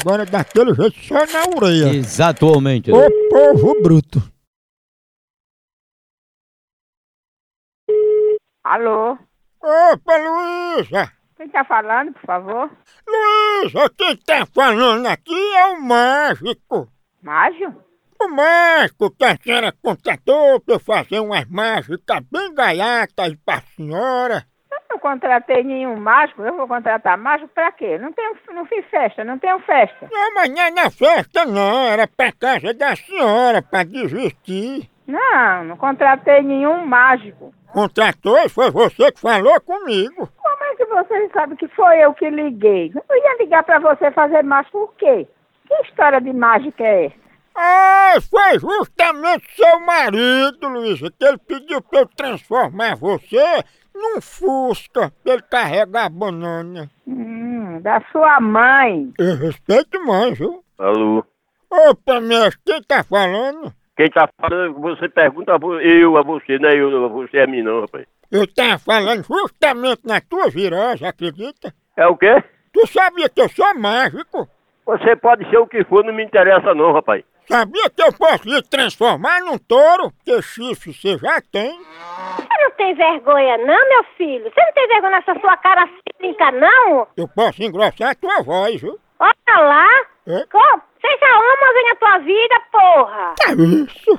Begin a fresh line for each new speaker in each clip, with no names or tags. agora daquele jeito só na orelha.
Exatamente.
Ô povo bruto.
Alô?
Opa, Luísa!
Quem tá falando, por favor?
Luísa, quem tá falando aqui é o mágico.
Mágio?
O mágico que a senhora contratou pra eu fazer umas mágicas bem gaiatas pra senhora.
Eu não contratei nenhum mágico. Eu vou contratar mágico pra quê? Não, tenho, não fiz festa, não tenho festa.
Não, mas não é na festa não, era pra casa da senhora, pra desistir.
Não, não contratei nenhum mágico.
Contratou e foi você que falou comigo.
Como é que você sabe que foi eu que liguei? Eu ia ligar pra você fazer mágico por quê? Que história de mágica é essa?
Ah, foi justamente seu marido, Luísa, que ele pediu pra eu transformar você num fusca pra ele carregar a banana.
Hum, da sua mãe.
Eu respeito mais, viu?
Alô?
Opa, mestre, quem tá falando?
Quem tá falando, você pergunta a vo- eu a você, não é eu, não, você é a mim não, rapaz.
Eu tava falando justamente na tua virose, acredita?
É o quê?
Tu sabia que eu sou mágico?
Você pode ser o que for, não me interessa não, rapaz.
Sabia que eu posso lhe transformar num touro? Que chifre você já tem?
Você não tem vergonha, não, meu filho? Você não tem vergonha nessa sua cara cínica, não?
Eu posso engrossar a tua voz, viu?
Olha lá!
É?
Co- Seja homem na tua vida, porra!
Que isso?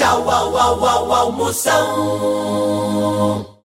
Tchau, au, au, au, almoção.